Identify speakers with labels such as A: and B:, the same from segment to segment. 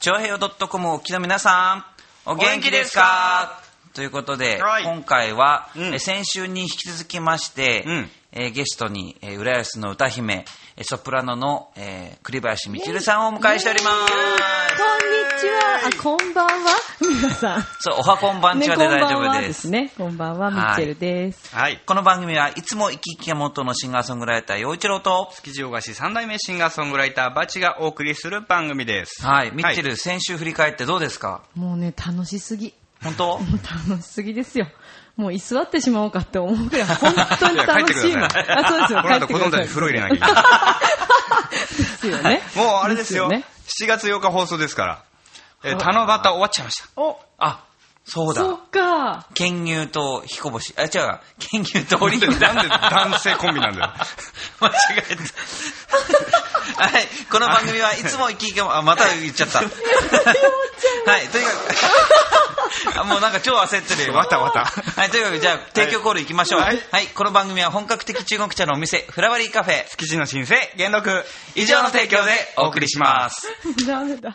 A: 長平洋 .com をお聞きの皆さん、お元気ですかということで、
B: はい
A: 今回は、
B: うん
A: え先週に引き続きまして、
B: うん
A: えーゲストに、えー浦安の歌姫、えーソプラノの、えー栗林みちるさんをお迎えしております。
C: こんにちは。あ、こんばんは。皆さん。
A: そう、おはこんばんちはで
C: ね
A: 大丈
C: こんばん
A: 夫
C: は
A: で。
C: ですすね。こんばんは、ミッチェルです。
B: はい。
A: この番組はいつも生き生きが元のシンガーソングライター、陽一郎と、
B: 築地大菓子三代目シンガーソングライター、バチがお送りする番組です。
A: はい、ミッチェル、先週振り返ってどうですか
C: もうね、楽しすぎ。
A: 本当
C: もう楽しすぎですよ。もう居座ってしまおうかって思うくらい、本当に
B: いや帰っ
C: 楽
B: て
C: しい
B: く
C: の。
B: だ
C: あ、
B: さい
C: そうですよ。
B: この後子供
C: 帰ってくださ
B: たち風呂入れなきゃいけない。
C: ですよね。
B: もうあれですよ。
C: ね
B: 7月8日放送ですから。えー、七夕終わっちゃいました。
C: お、
A: あ、そうだ。
C: そっか。
A: 剣牛と彦星。あ、違うわ、剣牛と
B: な
A: 織
B: んで、
A: 姫
B: な
A: だ。
B: んで男性コンビなんだよ。
A: 間違えた。はい、この番組はいつも生き生きも、あ、また言っちゃった。はい、とにかく、あも うなんか超焦って るよ。
B: わたわた。
A: はい、とにかくじゃあ、提供コールいきましょう。は
B: はいい、
A: この番組は本格的中国茶のお店、フラワリーカフェ。
B: 築地の新生、元禄。
A: 以上の提供でお送りします。
C: ダメだ。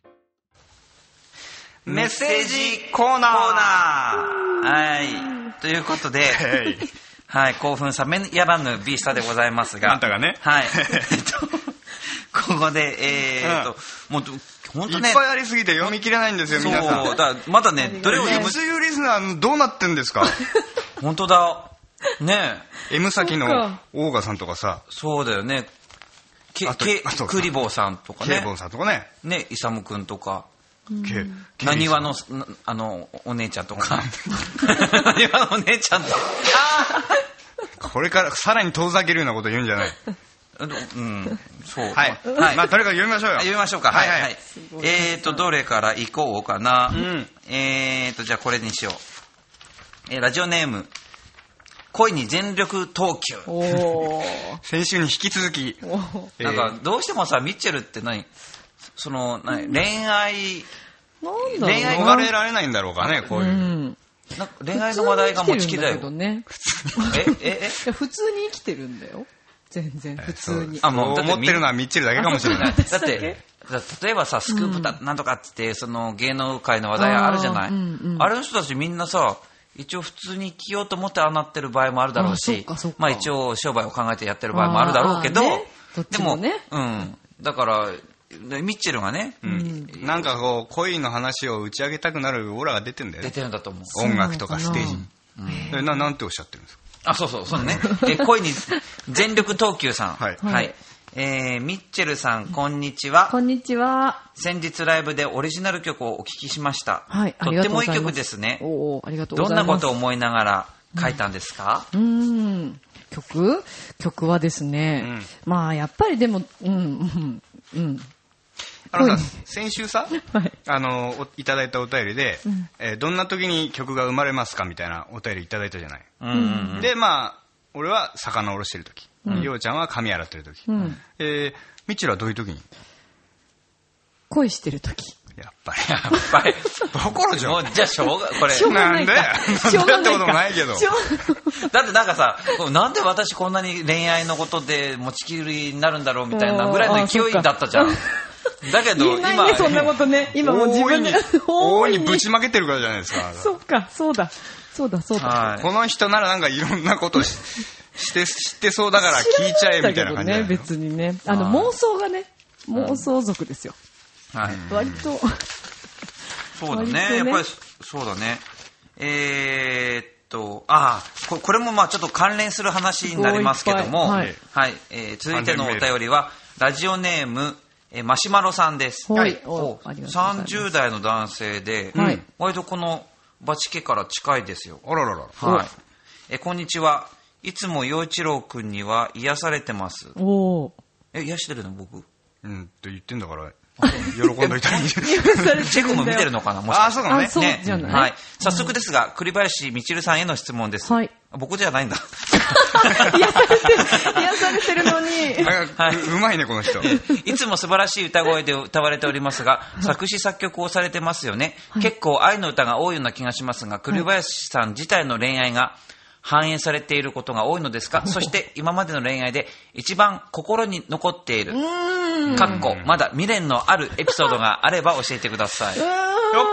B: メッセージコーナー。
A: はいということで
B: は
A: は
B: い
A: い、興奮冷めやらぬビースタでございますが。
B: あんたがね
A: はい。 えっとここで、えー、っと、もうど、本当
B: い
A: ね
B: っ、ぱいありすぎて読み切れないんですよ、皆さん。
A: そう、だまだね、どれを読む
B: 密、輸リスナーどうなってんですか
A: 本当だ。ねえ
B: ?M 先
C: そ
B: の
C: っか
B: オーガさんとかさ、
A: そうだよね。け
B: あと
A: け
B: あと
A: クリボーさんとか
B: ケイ
A: ね
B: ボン、さんとかね、
A: ね、イサムくんとか、
B: ケイケイ
A: なにわの、なあの、お姉ちゃんとか、 なにわのお姉ちゃんと
B: これからさらに遠ざけるようなこと言うんじゃない。
A: うん、そう。
B: はい。
A: はい
B: まあ、とにかく読みましょうよ。
A: 読みましょうか。は
B: はいいは
A: はいい。えーと、どれから行こうかな。えーと、じゃあこれにしよう。えーラジオネーム、恋に全力投球。
C: おー。
B: 先週に引き続き、
C: おー
B: えー
A: なんか、どうしてもさ、ミッチェルって何その、何恋愛、
C: なんだろうな
A: 恋愛
B: 逃れられないんだろうかね、こう
C: う
B: いう。
C: ん。
A: なんか恋愛の話題が持ちきりだ
C: 普通
A: よ。
C: に生きてるんだ
A: え
C: けどね。、
A: え、え、
C: いや普通に生きてるんだよ。全然、普通に。
A: あ
B: あ、も
A: もう
B: う
A: だって
B: 思ってるのはみっちりだけかもしれ ない。
A: だって、だって例えばさ、スクープだ、なんとかっつって、その芸能界の話題あるじゃない。あ,、
C: あーうんうん
A: れの人たちみんなさ、一応普通に生きようと思ってああなってる場合もあるだろう
C: あーそ
A: し
C: っかそっ、か
A: まあ一応商売を考えてやってる場合もあるだろうけど、
C: あーねどっ
A: で
C: ちも
A: も、
C: ね
A: うん。だから、ミッチェルがね、
B: なんかこう、恋の話を打ち上げたくなるオーラが出てんだよ
A: 出
B: ね。
A: てるんだと思う。
B: 音楽とかステージに。
C: そうなのかな
B: えな、なんておっしゃってるんですか
A: あ、そうそう、そうね。え、恋に全力投球さん。
B: はい
A: はい。えーミッチェルさん、こんにちは
C: こ。んにちは。
A: 先日ライブでオリジナル曲をお聞きしました。
C: はい、あ
A: とっ
C: りが
A: て
C: とうご
A: も
C: ざ
A: い
C: い
A: い
C: ま
A: 曲
C: す。
A: ですね。
C: おお、ありがとうご
A: どん
C: ざい
A: な
C: ま
A: こ
C: す。
A: とを思いながら書いたんですか、
C: うーん。曲曲はですね、まあやっぱりでも、うん、うん、うん。
B: あのさ
C: 恋、
B: 先週さ、
C: はい。
B: あの、おいただいたお便りで、えーどんな時に曲が生まれますかみたいなお便りいただいたじゃない。
A: うんうん、
B: で、まあ、俺は魚おろしてる時、ようちゃんは髪洗ってる時、
C: うん
B: えー、みちるはどういう時に
C: 恋してる時。
B: やっぱり。
A: やっぱり。
B: どころじゃん
A: もうじゃあしょうが、これ。
C: しょうがないか
B: なんで。
C: しょうが
B: な
C: ないか。
B: んでってこともないけど
C: しょ
A: だってなんかさ、こうなんで私こんなに恋愛のことで持ちきりになるんだろうみたいなぐらいの勢いだったじゃん
C: あー。
A: だけ
C: う言
A: ど
C: え
A: 今、
C: ないね、そんなことね。今もう自分で
B: 大いに。
C: 大
B: 大いにぶちまけてるからじゃないですか。
C: そうか、そうだ。そうだ、そうだ。
A: はい
B: この人ならなんかいろんなことし して、知ってそうだから聞いちゃえみたいな感じだ
C: ね、
B: よね。
C: 別にね。あの、
A: あー
C: 妄想がね、妄想族ですよ。
A: はい、
C: 割と、
A: そうだね
C: 割とね
A: やっぱりそうだね。えーっと、ああ、ここれもまあちょっと関連する話になりますけども、
C: すご
A: はいい
C: いっ
A: えー続いてのお便りは、ラジオネーム、えーマシュマロさんです。
C: はい
A: お
C: おありがとうございます
A: 30代の男性で、
C: はい
A: 割とこのバチ家から近いですよ。
B: あららら。
A: はい。え、こんにちは。いつも陽一郎くんには癒されてます。
C: おお。
A: え、癒してるの僕
B: うん、って言ってんだから、喜んどい たらいい
D: チェコも見てるのかなもし
B: あ
D: か
B: あ
D: し
B: そう
D: て
B: かも
C: あ
B: ね
C: そうじゃない
D: はい、早速ですが栗林みちるさんへの質問です、
C: はい
D: 僕じゃないんだ
C: 癒されてる、 癒されてる のに。
B: あううまいねこの人
D: いつも素晴らしい歌声で歌われておりますが作詞作曲をされてますよね、結構愛の歌が多いような気がしますが栗林さん自体の恋愛が反映されていることが多いのですかそして今までの恋愛で一番心に残っているかっこまだ未練のあるエピソードがあれば教えてください
B: やっ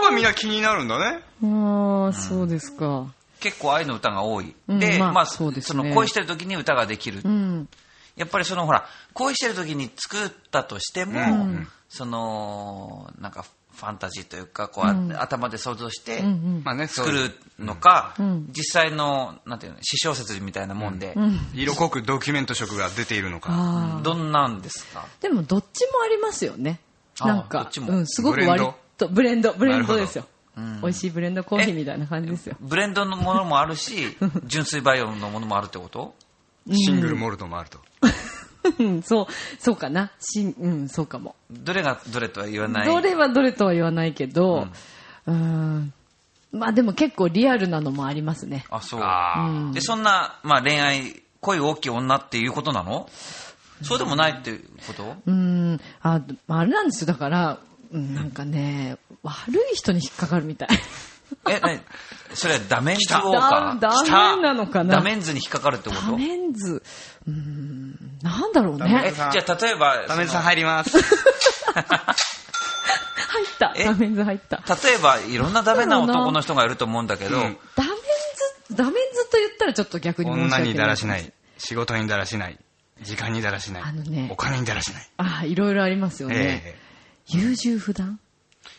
B: ぱみんな気になるんだね
C: ああ、そうですか。
D: 結構愛の歌が多い、
C: うん
D: で、
C: まあ
D: まあ
C: そうですね
D: の恋してる時に歌ができる、
C: うん。
D: やっぱりそのほら恋してる時に作ったとしても、
B: うん
D: そのなんかファンタジーというかこう、あ頭で想像して
C: うん
B: まあねそう
D: 作るのか、
C: ん
D: 実際のなんていうの私小説みたいなもんで、
B: 色濃くドキュメント色が出ているのか
C: ああ。
D: どんなんですか
C: でも、どっちもありますよね。
D: あー
C: なんか、
D: どっちも
C: うん、すごく割と、ブレンド、ブレンドですよ。美味しいブレンドコーヒーみたいな感じですよ。
D: ブレンドのものもあるし純粋培養のものもあるってこと
B: シングルモルトもあると
C: うん、そう、そうかな。しん、うん、そうかも。
D: どれがどれとは言わない
C: どれはどれとは言わないけど、うーん。まあでも結構リアルなのもありますね。
D: あそう
B: あ
D: でそんな、まあ、恋愛恋大きい女っていうことなのそうでもないっていうこと
C: うん、あ、あれなんですよ。だから、うん、なんかね、悪い人に引っかかるみたい。
D: え、なにそれはダメンズウォーカー。
C: ダダ
D: 来た
C: メなのかな
D: ダメンズに引っかかるってこ
C: ダ
D: と
C: メンズ、うん、なんだろうね。
B: ダメ
D: え、じゃあ例えば、
B: ダメさん
D: そ
B: 入ります
C: 入った。
D: え
C: ダメンズ入った。
D: の例えば、いろんなダメな男の人がいると思うんだけど、
B: うん
C: ダメンズ、ダメンズと言ったらちょっと逆に申し
B: 女
C: 訳な
B: に
C: い。
B: だらしない。仕事にだらしない時間にだらしない
C: あのね
B: お金にだらしない
C: ああ、いろいろありますよね。
B: ええ
C: 優柔不断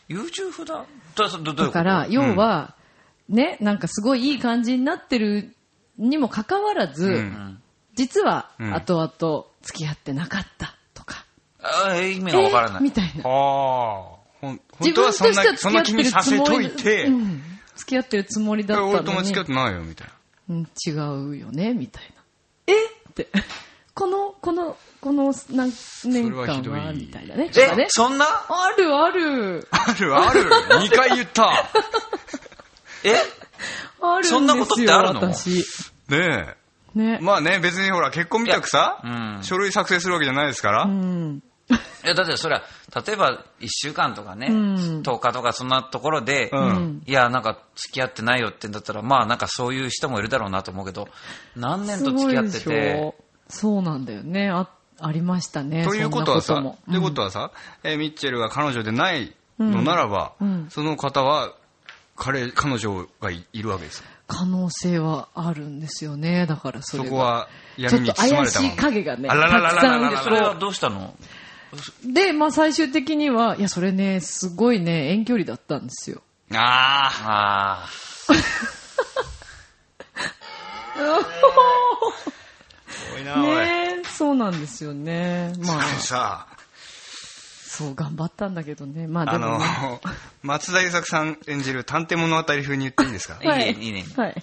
D: 優柔不断どどどういうこと
C: だから、要は、ね、なんかすごいいい感じになってるにもかかわらず、
B: うん
C: 実は
B: うん
C: 後々付き合ってなかったとか。
D: あー意味がわからな
C: えー
D: い。
C: みたいな。
B: ああほん本
C: 自
B: 当
C: 分
B: は
C: と
B: そん
C: して
B: な
C: は
B: そ
C: 付
B: んな
C: き合って
B: 気
C: る
B: にさ
C: つ
B: せ
C: も
B: と
C: り
B: いて、
C: うん付き合ってるつもりだったのに。
B: 俺とも付き合ってないよみたいな
C: うん、違うよねみたいなえって このこのこの何
B: それ
C: 年間
B: は
C: は
B: ひどい
C: みたいなねとか
D: え
C: ね、
D: そんな
C: あるある
B: あるある二回言った
D: え
C: あるんですよ
D: そんなことってあるの
C: 私
B: ね
C: ね、
B: えまあね別にほら結婚みたくさ、
D: いやうん
B: 書類作成するわけじゃないですから、
C: うん
D: いやだってそれは、例えば1週間とかね、
C: ん
D: 10日とかそんなところで、
B: うん
D: いや、なんか付き合ってないよってんだったら、まあなんかそういう人もいるだろうなと思うけど、何年
C: す
D: と付
C: ご
D: き
C: い
D: 合
C: で
D: って、
C: してょそうなんだよねあありましたね
B: ということは
C: そ
B: さ
C: んなこ
B: ということはさ、えーミッチェルが彼女でないのならば、その方は彼彼女がいいるわけですよ
C: とも可能性はあるんですよねだからそれ
B: そ
C: が
B: こは闇に包まれた
C: ちょ
B: も
C: っと怪しい影がね
B: あららららららら
C: たくさんんで
D: それ
C: す
D: はどうしたの
C: でまあ最終的にはいやそれねすごいね遠距離だったんですよ
B: あ
D: ああ。
B: あ多いなおい、
C: ねえそうなんですよねま
B: こ
C: あ
B: れさ
C: そう頑張ったんだけどねまあ
B: あ
C: でも、
B: の
C: ね、
B: 松田優作さん演じる探偵物語風に言っていいんですか
D: のいいねいいね
C: はい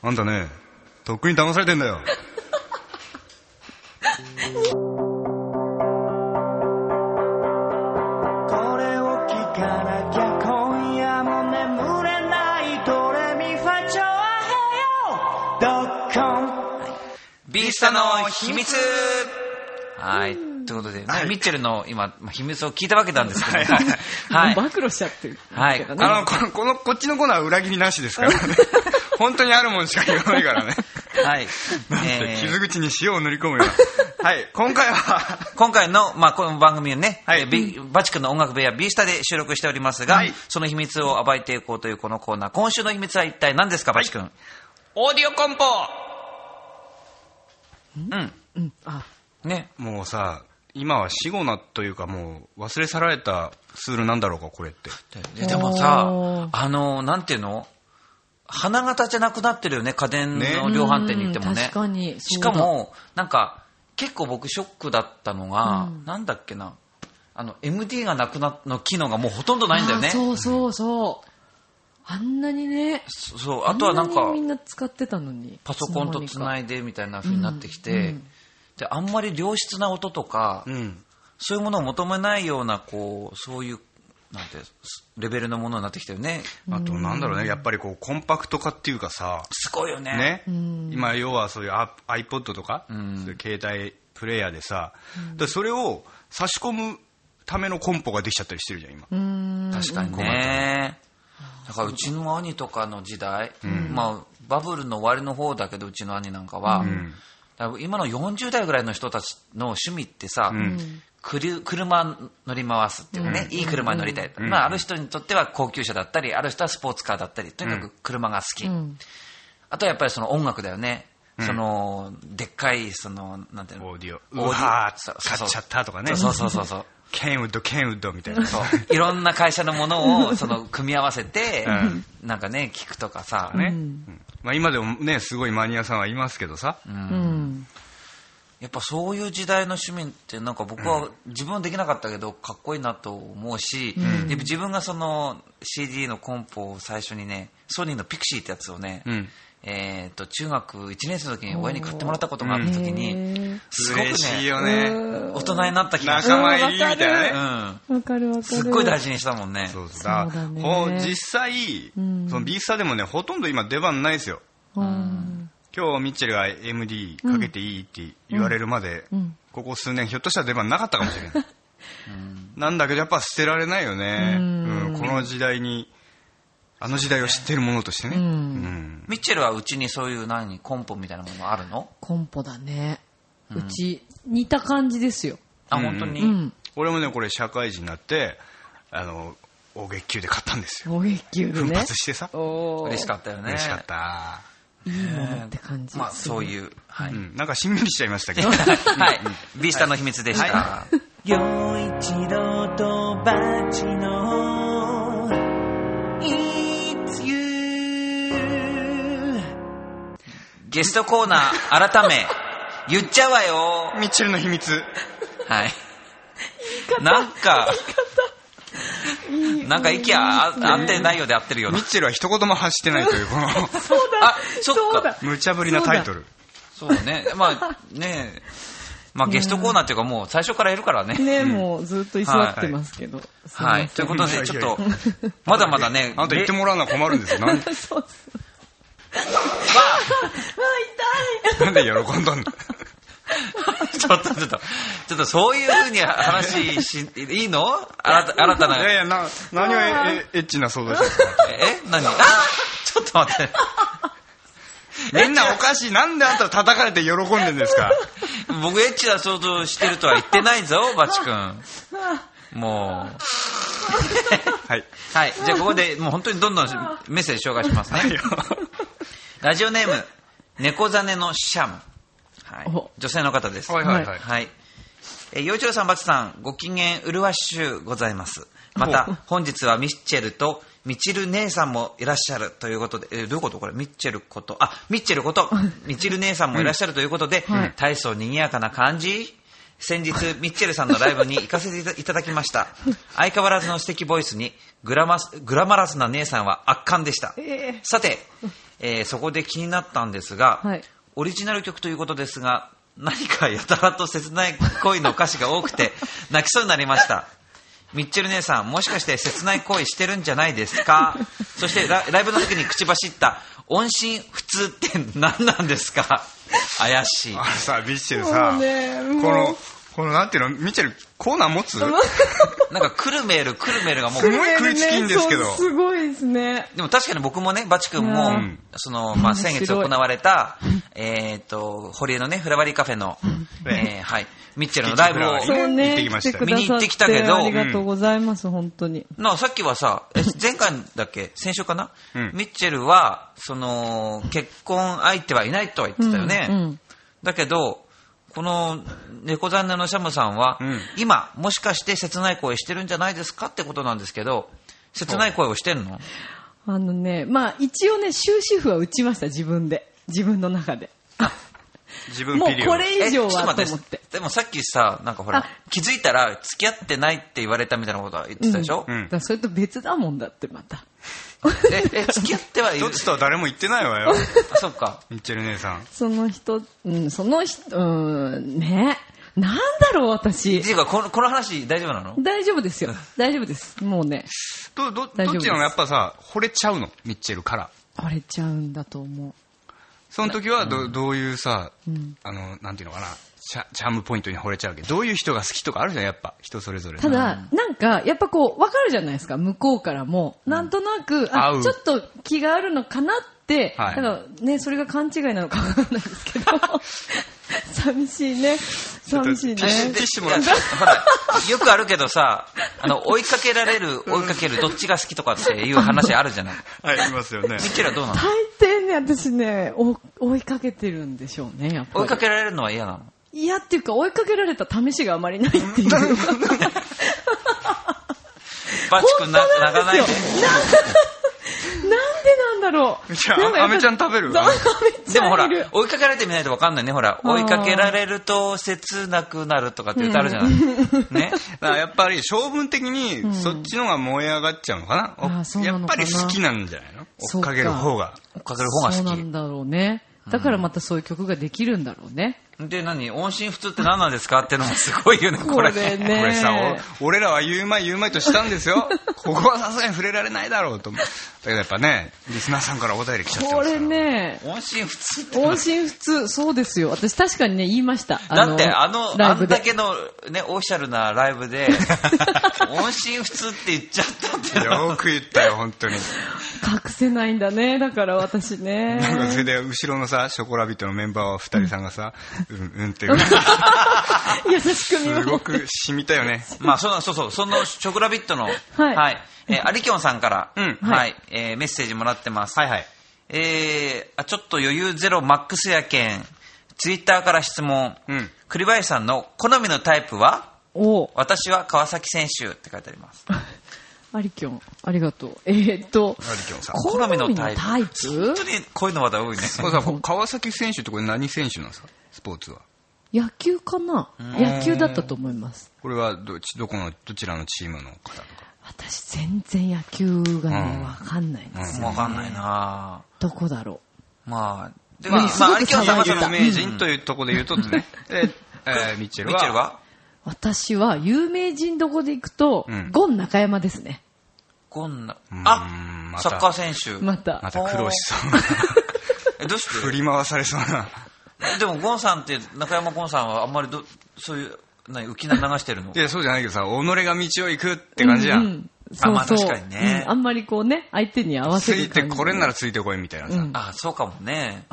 B: あんたねとっくに騙されてんだよ
E: これを聞かなきゃ今夜も眠れないドレミファチョアヘヨドッコン
D: ビースタの秘密はい。ということで、ねミッチェルの今、まあ秘密を聞いたわけなんですけど、はい。は い
C: もう暴露しちゃってる
D: はい
C: けどね
B: あのこのこのこっちのコーナーは裏切りなしです からね本当にあるもんしか言わない からね
D: はい。えー
B: 傷口に塩を塗り込む ようなはい今回は
D: 今回の、まあ、この番組をね、
B: はい
D: えービバチ君の音楽部屋 B スタで収録しておりますが、
B: はい
D: その秘密を暴いていこうというこのコーナー、今週の秘密は一体何ですか、バチ君。
B: オーディオコンポ
C: うんあ
D: ね。
B: もうさ今は死語なというかもう忘れ去られたツールなんだろうかこれって
D: ででもさ
C: おー、
D: あの、なんていうの花形じゃなくなってるよね、家電の量販店に行ってもね。
C: ねうん確かに
D: しかも、なんか、結構僕ショックだったのが、なんだっけな、あの、MD がなくな、の機能がもうほとんどないんだよね。
C: あ
D: そ
C: そうそうそうあんなにね
D: そう、あとはなん
C: あ
D: か
C: に、みんな使ってたのに
D: パソコンとつないいでみたいな風になってきて、で、あんまり良質な音とか、
B: ん
D: そういうものを求めないようなこうそういうなんてすレベルのものになってきたよね
B: あとなんだろうねやっぱりこうコンパクト化っていうかさ
D: すごいよね
B: ね今要はそういうア iPod とか、そういう携帯プレイヤーでさ、だからそれを差し込むためのコンポができちゃったりしてるじゃん今、
D: 確かにねだからうちの兄とかの時代、まあ、バブルの終わりの方だけどうちの兄なんかは、だから今の40代ぐらいの人たちの趣味ってさ、くる車乗り回すっていうかね、いい車に乗りたい、まあ、ある人にとっては高級車だったりある人はスポーツカーだったりとにかく車が好き、あとはやっぱりその音楽だよね、そのでっかいそのなんていうの
B: オーディオ
D: オーディオ
B: うわ
D: そう
B: ー
D: そうそ
B: 買
D: う
B: っちゃったとかね
D: そうそうそうそう
B: ケンウッドケンウッドみたいな
D: そういろんな会社のもの をその組み合わせて、なんかね聞くとかさ、
B: ね、まあ、今でもねすごいマニアさんはいますけどさ、
C: うん。
D: やっぱそういう時代の趣味ってなんか僕は自分はできなかったけどかっこいいなと思うし、で自分がその CD のコンポを最初にねソニーのピクシーってやつをね、
B: うん
D: えー、と中学1年生の時に親に買ってもらったことがあった時
C: へ
D: に
C: ー
D: すごく
B: 嬉しい
D: ね
B: よね、
D: 大人になった気がする、
B: 仲間入りみたいなね、
D: うん、
C: わかるわかる。
D: すっごい大事にしたもんね
B: そうそうだ
C: そうだね
B: ほ実際、その B スタでもねほとんど今出番ないですよ
C: うん。
B: 今日ミッチェルが MD かけていいって言われるまで、ここ数年ひょっとしたら出番なかったかもしれない、なんだけどやっぱ捨てられないよね、うんこの時代にあの時代を知ってるものとしてね、うん
D: ミッチェルはうちにそういう何コンポみたいなものあるの
C: コンポだね。うち、似た感じですよ。
D: あ本当に、
C: うん。
B: 俺もねこれ社会人になってあの大月給で買ったんですよ
C: お月給で
B: 奮
C: ね。
B: 発してさ、
C: おー
D: 嬉しかったよね
B: 嬉しかった、
C: いいものって感じ。
D: まあそういうはい、
B: うん、なんかしんみりしちゃいましたけど
D: はい、ビースタの秘密でした、
E: よ一度とばちの It's you
D: ゲストコーナー改め言っちゃうわよ
B: ミッチェルの秘密
D: はい なんかなんか息はあ合ってないようで合ってるよう
B: ミ
D: な
B: ッチェルは一言も発してないというこの
D: あそ
C: そ
D: っ
C: う
D: か
C: だ
B: 無茶ぶりなタイトル
D: そうだねまあねえまあゲストコーナーっていうかもう最初からいるからね
C: ね、もうずっと居座ってますけど。すま
D: は
C: せ
D: い
C: ん
D: ということでちょっとまだまだ ね
B: あんた言ってもらうのは困るんですよなん
C: そうそう。
B: なんで喜んだんだ
D: ちょっとちょっと ちょっとそういうふうに話しいいの新た新たない
B: やいやな何をええエッチな想像してる
D: え何あ ちょっと待って
B: みんなおかしいなんであんた叩かれて喜んでんですか
D: 僕エッチな想像してるとは言ってない ぞバチ君もう
B: はい
D: はいじゃあここでもう本当にどんどんメッセージ紹介しますねラジオネーム猫ザネのシャム、はい
C: お、
D: 女性の方です
B: はいはいはい
D: はい。えー、洋一郎さん、バチさん、ご機嫌うるわしゅうございます。また、本日はミッチェルと、ミチル姉さんもいらっしゃるということで、えーどういうことこれ、ミッチェルこと、あ、ミッチェルこと、ミチル姉さんもいらっしゃるということで、大層賑やかな感じ先日、ミッチェルさんのライブに行かせていたいただきました。相変わらずの素敵ボイスに、グラマスグラマラスな姉さんは圧巻でした。
C: ええ
D: さて、えーそこで気になったんですが、
C: はい
D: オリジナル曲ということですが何かやたらと切ない恋の歌詞が多くて泣きそうになりましたミッチェル姉さんもしかして切ない恋してるんじゃないですかそしてラライブの時に口走った音信不通って何なんですか怪しい
B: あのさミッチェル
C: も
B: さ
C: うねもう
B: このこのなんていうのミッチェルコーナー持つす
D: なんか来るメール来るメールがもう
B: ごい食いつきいいんですけど
C: そうすごいですね。
D: でも確かに僕もね、バチ君も、
B: ん
D: その、まあ、先月行われた、えっ、と、堀江のね、フラワリーカフェの、えーはい、ミッチェルのライブ
B: フラワリー
D: を、
C: そう
B: 行っ
C: ね。
B: てきました
C: 来て
B: よ
C: くだ
D: 見に行
C: さ
D: ってきたけど
C: ありがとうございます、本当に。
D: なさっきはさ、え前回だっけ、先週かな、
B: うん
D: ミッチェルは、その、結婚相手はいないとは言ってたよね。
C: うんうん
D: だけど、この猫残念のシャムさんは、
B: うん
D: 今、もしかして切ない声してるんじゃないですかってことなんですけど、切ない声をしてんの
C: あのね、まあ一応ね、終止符は打ちました、自分で。自分の中で。
B: 自分
C: もう
B: ピリオ
C: こ
B: ド
C: れ以上
D: えちょ
C: は
D: っと
C: と
D: 待
C: 思
D: っ
C: ってて。
D: でもさっきさなんかほ
C: あ
D: ら気づいたら付き合ってないって言われたみたいなことは言ってたでしょ、
B: ん
C: だからそれと別だもんだって、また。
D: ええ付き合ってはいる
B: どっちとは誰も言ってないわ よ
D: あそうか
B: ミッチェル姉さん
C: その人、うん、その人、うん、ね。なんだろう、私
D: て。いうかこのこの話大丈夫なの
C: 大丈夫ですよ。大丈夫です。もうね、
B: どど
C: 大丈
B: ど
C: 夫
B: っ
C: です
B: ちなのやっぱさ惚れちゃうのミッチェルから
C: 惚れちゃうんだと思う。
B: その時はど,、うどういうさ、
C: うん
B: あのなんていうのかなチャチャームポイントに惚れちゃうけどどういう人が好きとかあるじゃんやっぱ人それぞれ
C: ただ、なんか、やっぱこう、わかるじゃないですか、向こうからも。なんとなく、
B: 合
C: あ、
B: う
C: ちょっと気があるのかなって、
B: はい
C: だからね、それが勘違いなのかわかんないです けど、寂しいね。寂しい
B: ちょっとティッシュ
C: ね
B: テ。ィッシュもらって
D: いやほらよくあるけどさあの追いかけられる追いかけるどっちが好きとかっていう話あるじゃない
B: はいいますよ ね
D: ミッチェルはどうなの
C: 大抵ね、私ね、お追いかけてるんでしょうね、やっぱり。
D: 追いかけられるのは嫌なの
C: いやっていうか、追いかけられた試しがあまりな いっていう。本
D: バチ
C: 当
D: 君な泣
C: な
D: か
C: ん
D: ない
C: で
D: です
C: よ。なんなんでなんだろう。
B: じゃあ
C: なんかやっぱ
B: アメちゃん食べる
C: そうアメち
D: でもほ
C: ゃ
D: ら
C: んいる。
D: 追いかけられてみないと分かんないねほら
C: あー
D: 追いかけられると切なくなるとかって歌あるじゃない、ね
B: だからやっぱり性分的にそっちの方が燃え上がっちゃうのかな,お、
C: あーそうな
B: や
C: の
B: っ
C: か
B: ぱ
C: な
B: り好きなんじゃないの
C: そ
B: 追
C: う
B: っ
C: か
B: かける方が
D: 追っかける方が
C: そうな
D: 好
C: んだろうね。だからまたそういう曲ができるんだろうね。
D: きで何音信不通って何なんですかってのもすごいよねこ
C: こ
D: れ
C: れね。
B: これさお俺らは言うまい言うまいとしたんです よここはさすがに触れられないだろうと思うだけどやっぱねリスナーさんからお便り来ちゃってます
C: こ
B: から
C: れね。
D: 音信不通って
C: 音信不通、そうですよ。私確かにね、言いました。
D: だってあの
C: ラ
D: あ
C: イブ
D: んだ
C: で。
D: けのねオフィシャルなライ ブで音信不通って言っちゃったっていうのは
B: よく言ったよ本当 に
C: 隠せないんだね。だから私ね。
B: なんかそれで後ろのさショコラビットのメンバーは二人さんがさうんうんって いう
C: 優しく見
B: す
C: 守
B: ご
C: って。
B: く染みたよね
D: まあ、そうなそうそう、その、ショクラビットの、
C: はい
D: えーアリキョンさんから、
B: うん
D: はい、えーメッセージもらってます。
B: はいはい
D: えーあ、ちょっと余裕ゼロマックスやけん、ツイッターから質問、
B: うん
D: 栗林さんの好みのタイプは
C: おう
D: 私は川崎選手って書いてあります。
C: アリキョン、ありがとう。えーっと、
B: アリキョンさん
C: 好みのタイプ
D: 好みの本当にこういうのまだ多いね。
B: そうさ川崎選手ってこれ何選手なんですかスポーツは
C: 野球かな野球だったと思います。
B: これはどちどこのどちらのチームの方とか
C: 私、全然野球が
B: うん
C: ね、わかんないんですよ。
D: わかんないな
C: どこだろ
D: まあ、で
C: まあすごく
D: アリキョンさん
B: 野
D: は
B: 球
D: そ
C: 騒い
D: の
B: の
C: だ
B: 名人というところで言うとってね、でえーミッチェル
D: ミッチェル
B: は
D: は
C: う。私は、有名人どこで行くと
B: うん、
C: ゴン中山ですね。
D: こんな
B: うーん、
D: あ
B: ま、た
D: サッカー選手。
C: また
B: ま。た苦労しそうな
D: え、どうして
B: 振り回されそうな
D: でもゴンさんって中山ゴンさんはあんまりどそういう何浮き名流してる の
B: いやそうじゃないけどさ己が道を行くって感じじゃ
C: うんんそう
D: まあ
C: そう
D: 確かにね
C: うんあんまりこうね、相手に合わ
B: つ
C: せる
B: いて
C: 感じ。
B: これならついてこいみたいなさ、
C: うん
D: あそうかもね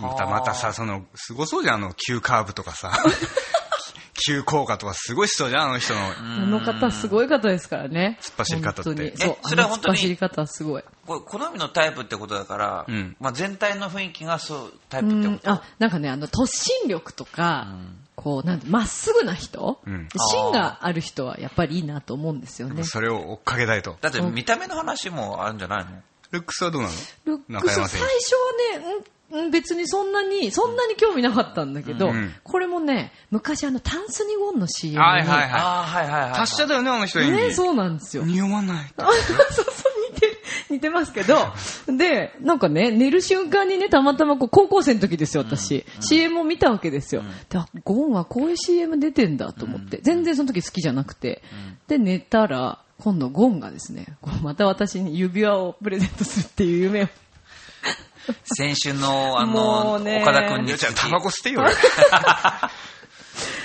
B: また
D: はあ
B: またさそのすごそうじゃんあの急カーブとかさ 急降下とかすごいしそうじゃんあの人の
C: あの方すごい方ですからね。
B: 突っ走り方って
C: 本当に
B: え
C: そう、
D: それは本当
C: あの突
D: に
C: っ走り方すごい。
D: これ好みのタイプってことだから、
B: うん
D: まあ、全体の雰囲気がそうタイ
C: う
D: プってこ
C: ん、
D: と
C: あ、なんかね、あの、突進力とか、こう、なんて、まっすぐな人、
B: うん
C: 芯がある人はやっぱりいいなと思うんですよね。
B: それを追っかけたいと
D: だって見た目の話もあるんじゃないの
B: ルックスはどうなの
C: ルック
B: 中
C: ス、
B: 山
C: 最
B: 選
C: 初
B: 手
C: はね、うんうん、別にそんなに、そんなに興味なかったんだけど、
B: うん
C: これもね、昔あの、タンスニゴンの CM に、
B: はいはいはい
D: ああはいはいはい、はい、
B: 達者だよねあの人演技、
C: ね、そうなんですよ。
B: 匂わない
C: あそうそう、似てる、似てますけど、で、なんかね、寝る瞬間にね、たまたまこう高校生の時ですよ、私。CM を見たわけですよ。で、あゴンはこういう CM 出てんだと思って、全然その時好きじゃなくて。で、寝たら、今度ゴンがですね、こうまた私に指輪をプレゼントするっていう夢を。
D: 先週のあ
C: も
D: の
C: うね
D: 岡田君に
B: よちゃん
D: 続
B: タ
D: き
B: バコ捨てよ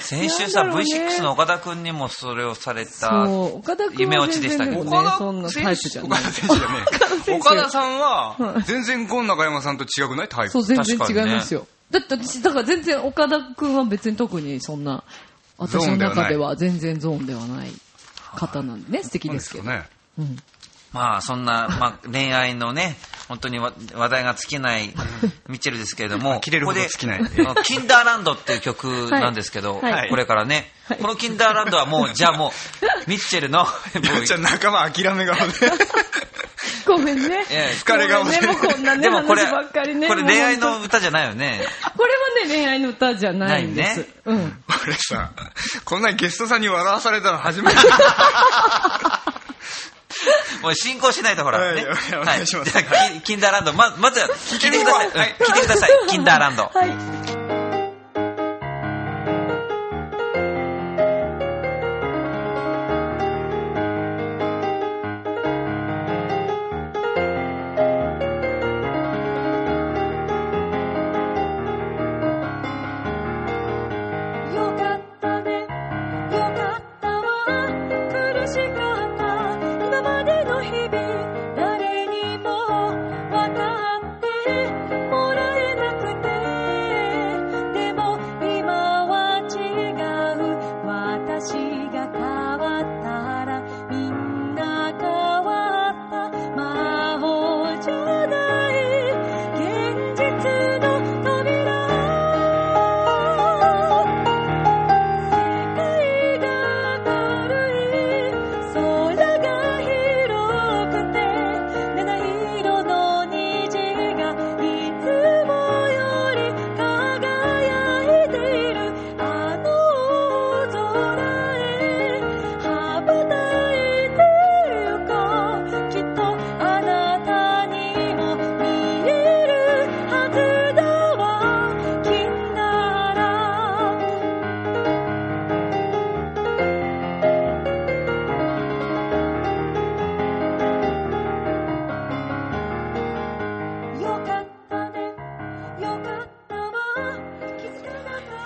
D: 先週さ、
C: なんだろうね
D: V6 の岡田君にもそれをされた
C: そう、岡田君
D: 夢
C: は
D: 落ち
C: 全
D: でした
C: 然
D: け
C: でも
D: ど
C: ね
B: 岡田、
C: そんなタイプじゃ
B: 岡
C: ない
B: 田。選手じゃねえ
C: 岡田選手
B: 岡田さんは 全然ゴン中山さんと違くないタイプ
C: そう、全然
D: 確
C: 違
D: か
C: い
D: にね
C: ますよ。だって私、だから全然岡田君は別に特にそんな、私の中では全然ゾーンではない方なんでね、素敵
B: なん
C: で
B: ですす
C: け
B: か
C: ど。
B: ね
C: うん
D: まあそんな、まあ、恋愛のね本当にわ話題が尽きないミッチェルですけれども
B: 切れるほど尽きない
D: ここであのキンダーランド」っていう曲なんですけど、
C: はいはい
D: これからね、この「キンダーランド」はもうじゃあもうミッチェル のも
B: よちゃん
D: う
B: 仲間諦め顔で
C: ごめんね。
D: ええ
B: 疲れ顔
C: ごめんね、もうこんなね、
D: でもこれ
C: 話ばっかりね。
D: これ恋愛
C: もう
D: の
C: 本
D: 歌じゃないよね
C: 当。これはね、恋愛の歌じゃないんです。
D: ないね
C: うん。
B: 俺さこんなにゲストさんに笑わされたの初めて
D: もう進行しないとほらね
B: はいお願いします
D: じゃあキキンダーランド」ままずは聞いてくださ い
B: はい
D: 聞いてください「キンダーランド」
C: はい。
B: 「
F: 々誰にも渡ってもらえなくてでも今は違う私が変わったらみんな変わった魔法じゃない現実の扉世界が明るい空が広がるくて七色の虹がいつもより輝いているあの空へ羽ばたいてゆこうきっとあなたにも見えるはずだわ金ならよかったね、よかったわ、気づかなかっ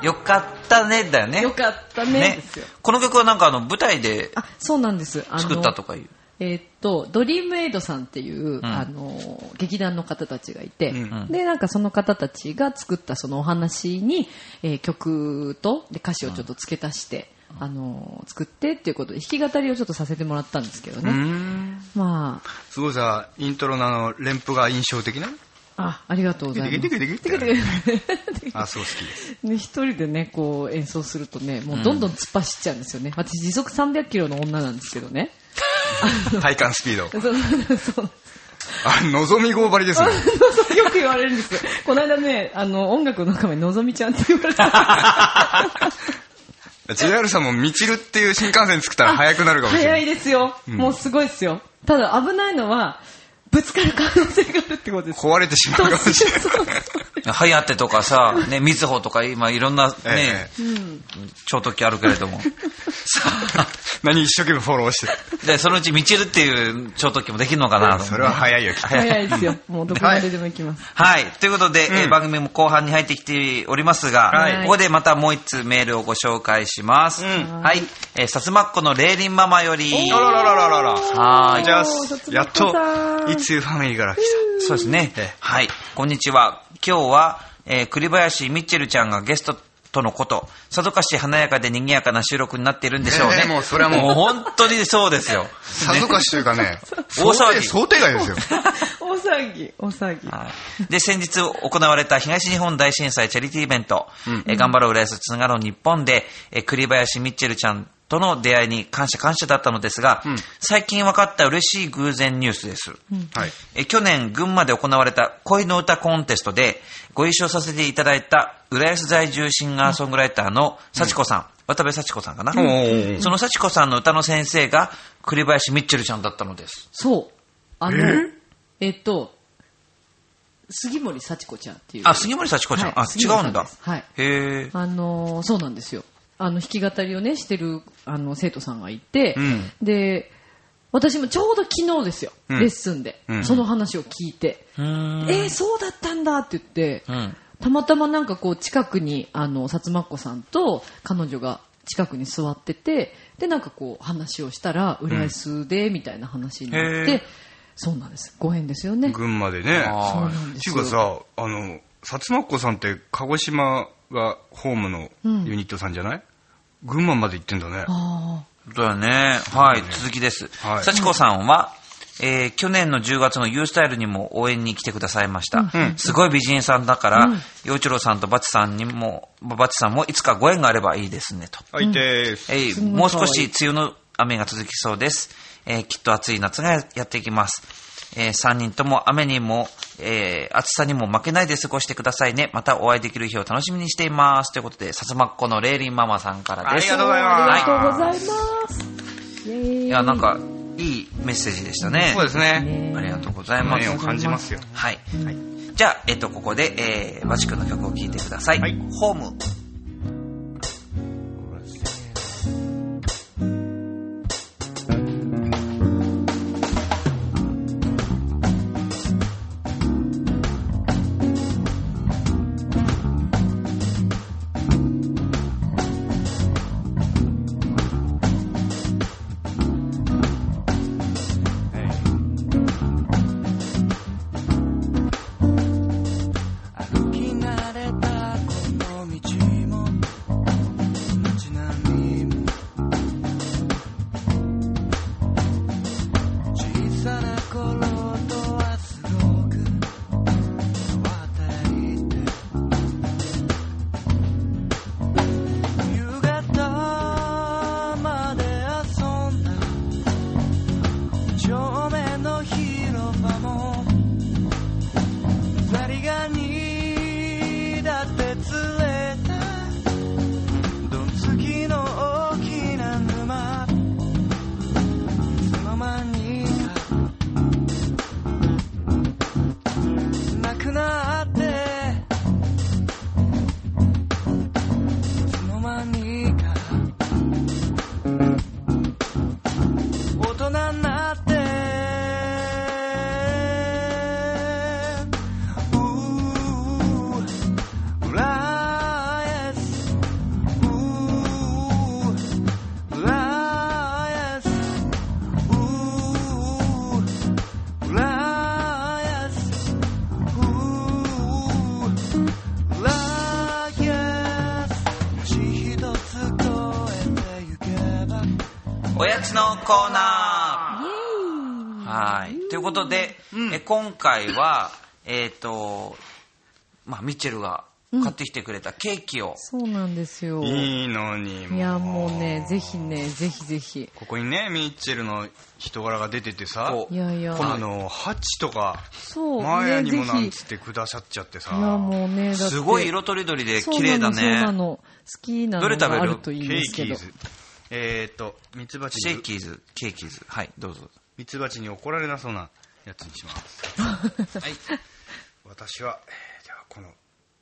F: た。
D: よかったねだよね。
C: よかったねですよ
D: この曲はなんかあの舞台で
C: あそうなんですあの
D: 作ったとかいう。
C: えーっとドリームエイドさんっていう、
D: ん
C: あの劇団の方たちがいて、
B: ん
C: でなんかその方たちが作ったそのお話に、えー曲とで歌詞をちょっと付け足して、あの作ってっていうことで弾き語りをちょっとさせてもらったんですけどね、まあ
B: すごいさ、イントロのあの、連符が印象的な
C: あありがとうございます
B: テキテキテキテキ
C: テキテキ
B: あ、すごい好きです。
C: ね、一人でね、こう演奏するとね、もうどんどん突っ走っちゃうんですよね。私時速300キロの女なんですけどね。
B: 体感スピード。
C: そうそうそう。
B: あ、のぞみ号張りですね。
C: そう よく言われるんですよ。この間ね、あの、音楽の仲間にのぞみちゃんって言われ た。
B: JR さんもみちるっていう新幹線作ったら速くなるかもしれな
C: 早
B: い。
C: いですよ。もうすごいですよ。ただ危ないのは、ぶつかる可能性があるってことです。
B: 壊れてしまう
C: そう
B: かも
C: そう
B: しれない。
C: そう。
D: ハヤテと かさ、ね、みずほとか今いろんなね、
B: ええ
D: 超特急あるけ れども。さあ、
B: 何一生懸命フォローして。
D: で、そのうちみちるっていう超特急もできるのかなと思って
B: それは早いよ、きっと。
C: 早いですよ。もうどこまででも行きます。
D: はい。ということで、えー
B: うん
D: 番組も後半に入ってきておりますが、
B: はい
D: ここでまたもう一通メールをご紹介します。
B: うん
D: はい。えー、さつまっこのレーリンママより、
B: あらららららら。
D: はーい
B: じゃあ
C: おーさ、つま
B: や
C: っ
B: っ
C: こさん
B: と、いつゆファミリーから来た。
D: そうですね
B: ええ。
D: はい。こんにちは。今日は、えー栗林ミッチェルちゃんがゲストとのこと、さぞかし華やかで賑やかな収録になっているんでしょうね。
B: ええもうそれはもう
D: 本当にそうです よ。
B: さぞかしというかね、
D: 大騒ぎ
B: 想定外ですよ。
C: 大騒ぎ、大騒ぎ。
D: はいで先日行われた東日本大震災チャリティーイベント「えー頑張ろう浦安つながろう日本で」えー栗林ミッチェルちゃんとの出会いに感謝感謝だったのですが、
B: うん
D: 最近分かった嬉しい偶然ニュースです、
B: はい。
D: えー去年群馬で行われた恋の歌コンテストでご一緒させていただいた浦安在住シンガーソングライターの幸子さん、渡部幸子さんかな、
B: ん
D: その幸子さんの歌の先生が栗林ミッチェルちゃんだったのです
C: そう。あの、えっと、杉森幸子ちゃんっていう。
D: あ杉森幸子ちゃん、
C: はい
D: あ
C: 杉
D: 違
C: 森
D: うん
C: さん
D: だ
C: ですはい
D: へえ
C: あのーそうなんですよ。あの、弾き語りをね、してる、あの、生徒さんがいて、
B: うん
C: で、私もちょうど昨日ですよ、
B: うん
C: レッスンで、
B: うん
C: その話を聞いて、
D: うーん
C: えー、そうだったんだって言って、
D: うん
C: たまたまなんかこう近くにあの薩摩っ子さんと彼女が近くに座っててでなんかこう話をしたら浦安でみたいな話になっ
D: へ
C: て、
D: ー
C: そうなんですご縁ですよね
B: 群馬でね。
D: あ
C: そう
D: ー
C: なんで
B: ってい
C: す
B: う
C: よ
B: かさ、あの、薩摩っ子さんって鹿児島がホームのユニットさんじゃない、群馬まで行ってんだね。
C: あ
D: だよね。はい、続きです。
B: はい
D: 幸子さんは、えー去年の10月の U スタイルにも応援に来てくださいました。
B: うん
D: すごい美人さんだから、陽一郎さんとバチさんにも、バチさんもいつかご縁があればいいですねと。
B: あ、いてーす。
D: えい
C: すごい
D: もう少し梅雨の雨が続きそうです。えーきっと暑い夏がやってきます。え3人とも雨にも、えー暑さにも負けないで過ごしてくださいね。またお会いできる日を楽しみにしています。ということで、さつまっこのレーリンママさんから
B: あ
D: で
B: り
D: す。
B: がとうございます。
D: あり
C: あありがとうございますイエーイ
D: いや、なんか、いいメッセージでしたね。
B: そうですね。
D: ありがとうございます。
B: 縁を感じますよ。
D: はい。じゃあ、えっ、と、ここで、えー、バチ君の曲を聴いてください。
B: はい
D: ホーム。
E: 「
D: スのコーナー
F: イエーイ
D: はい。ということで、
B: うん
D: え今回は、えっ、と、まあ、ミッチェルが買ってきてくれたケーキを、
C: そうなんですよ。い
B: いいのに
C: や、もうね、ぜひね、ぜひぜひ。
B: ここにねミッチェルの人柄が出ててさ
D: こう
C: いやいや、
B: このあのハッチとか
C: そう、
B: マーヤ
C: ね、
B: に
C: ぜ
B: もなん
C: ひ。
B: つってくださっちゃってさ
C: いや、もうね、だって。
D: すごい色とりどりで
C: そう
D: 綺麗
C: な
D: だ
C: のそうな
D: ね。
C: の。好きな
D: どれ
C: の
D: 食べ
C: が
D: る
C: あるといい
B: ケ
C: んで
B: ー
C: す
B: キ
C: けど
B: ー。ズえーっとミツバチ
D: シェイ
B: に
D: キーズ、ケーキーズ。はい、どうぞ。
B: ミツバチに怒られなそうなやつにしますはい私はえーではこの